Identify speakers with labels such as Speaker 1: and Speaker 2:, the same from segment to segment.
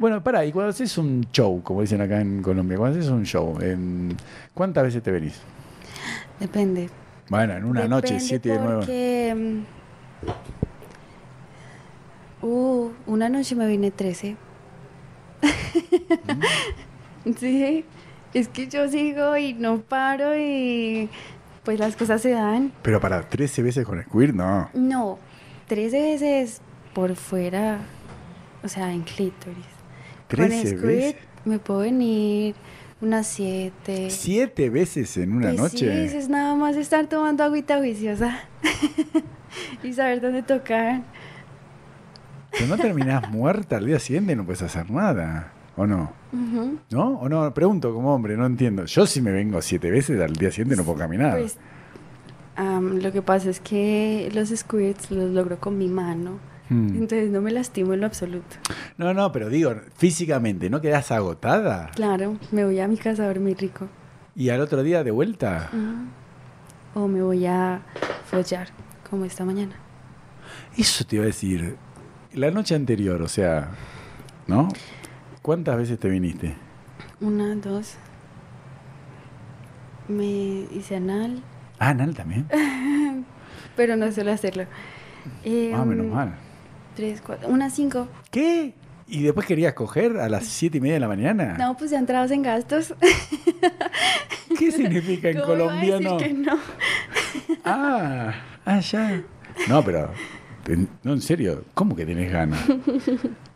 Speaker 1: Bueno, pará, y cuando haces un show, como dicen acá en Colombia, cuando haces un show, em, ¿cuántas veces te venís?
Speaker 2: Depende.
Speaker 1: Bueno, en una noche,
Speaker 2: Depende
Speaker 1: siete de nuevo.
Speaker 2: Porque. mm, Uh, una noche me vine 13.
Speaker 1: Mm.
Speaker 2: sí, es que yo sigo y no paro y. Pues las cosas se dan.
Speaker 1: Pero para 13 veces con Squirt, no.
Speaker 2: No, 13 veces por fuera, o sea, en clítoris. Con
Speaker 1: 13
Speaker 2: squirt
Speaker 1: veces.
Speaker 2: me puedo venir unas 7.
Speaker 1: ¿Siete veces en una noche?
Speaker 2: Pues Sí, es nada más estar tomando agüita viciosa y saber dónde tocar.
Speaker 1: Pero no terminás muerta al día siguiente, no puedes hacer nada. ¿O no?
Speaker 2: Ujú.
Speaker 1: ¿No? ¿O no? Pregunto como hombre, no entiendo. Yo si me vengo siete veces al día siguiente no puedo caminar.
Speaker 2: Pues, am, lo que pasa es que los squirts los logro con mi mano,
Speaker 1: Hmm.
Speaker 2: entonces no me lastimo en lo absoluto.
Speaker 1: No, no, pero digo, físicamente, ¿no quedás agotada?
Speaker 2: Claro, me voy a mi casa a dormir rico
Speaker 1: ¿Y al otro día de vuelta?
Speaker 2: o me voy a follar como esta mañana.
Speaker 1: Eso te iba a decir. La noche anterior, o sea, ¿no? ¿Cuántas veces te viniste?
Speaker 2: Una, dos. Me hice anal,
Speaker 1: Ah, Nal también.
Speaker 2: pero no suelo hacerlo. Eh,
Speaker 1: Ah, menos
Speaker 2: mm,
Speaker 1: mal.
Speaker 2: Tres, cuatro, unas cinco.
Speaker 1: ¿Qué? ¿Y después querías coger a las siete y media de la mañana?
Speaker 2: No, pues ya entrados en gastos.
Speaker 1: ¿Qué significa en
Speaker 2: ¿Cómo iba a decir
Speaker 1: colombiano?
Speaker 2: que no?
Speaker 1: Ah, ah, ya. No, pero. en- No, en serio, ¿cómo que tenés ganas?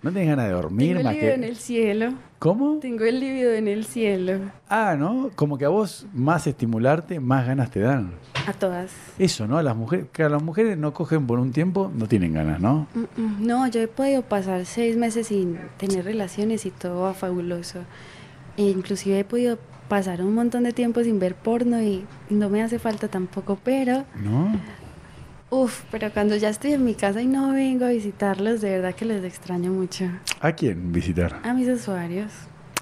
Speaker 1: ¿No tenés ganas de dormir
Speaker 2: Tengo el
Speaker 1: más
Speaker 2: libido
Speaker 1: que.?
Speaker 2: en el cielo.
Speaker 1: ¿Cómo?
Speaker 2: Tengo el libido en el cielo.
Speaker 1: Ah, ¿no? Como que a vos más estimularte, más ganas te dan.
Speaker 2: A todas.
Speaker 1: Eso, ¿no? A las mujeres, que a las mujeres no cogen por un tiempo, no tienen ganas, ¿no?
Speaker 2: Mm, mm. No, yo he podido pasar seis meses sin tener relaciones y todo va fabuloso. E inclusive he podido pasar un montón de tiempo sin ver porno y no me hace falta tampoco, pero...
Speaker 1: ¿No?
Speaker 2: Uf, pero cuando ya estoy en mi casa y no vengo a visitarlos, de verdad que les extraño mucho.
Speaker 1: ¿A quién visitar?
Speaker 2: A mis usuarios.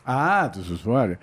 Speaker 1: Ah, tus usuarios.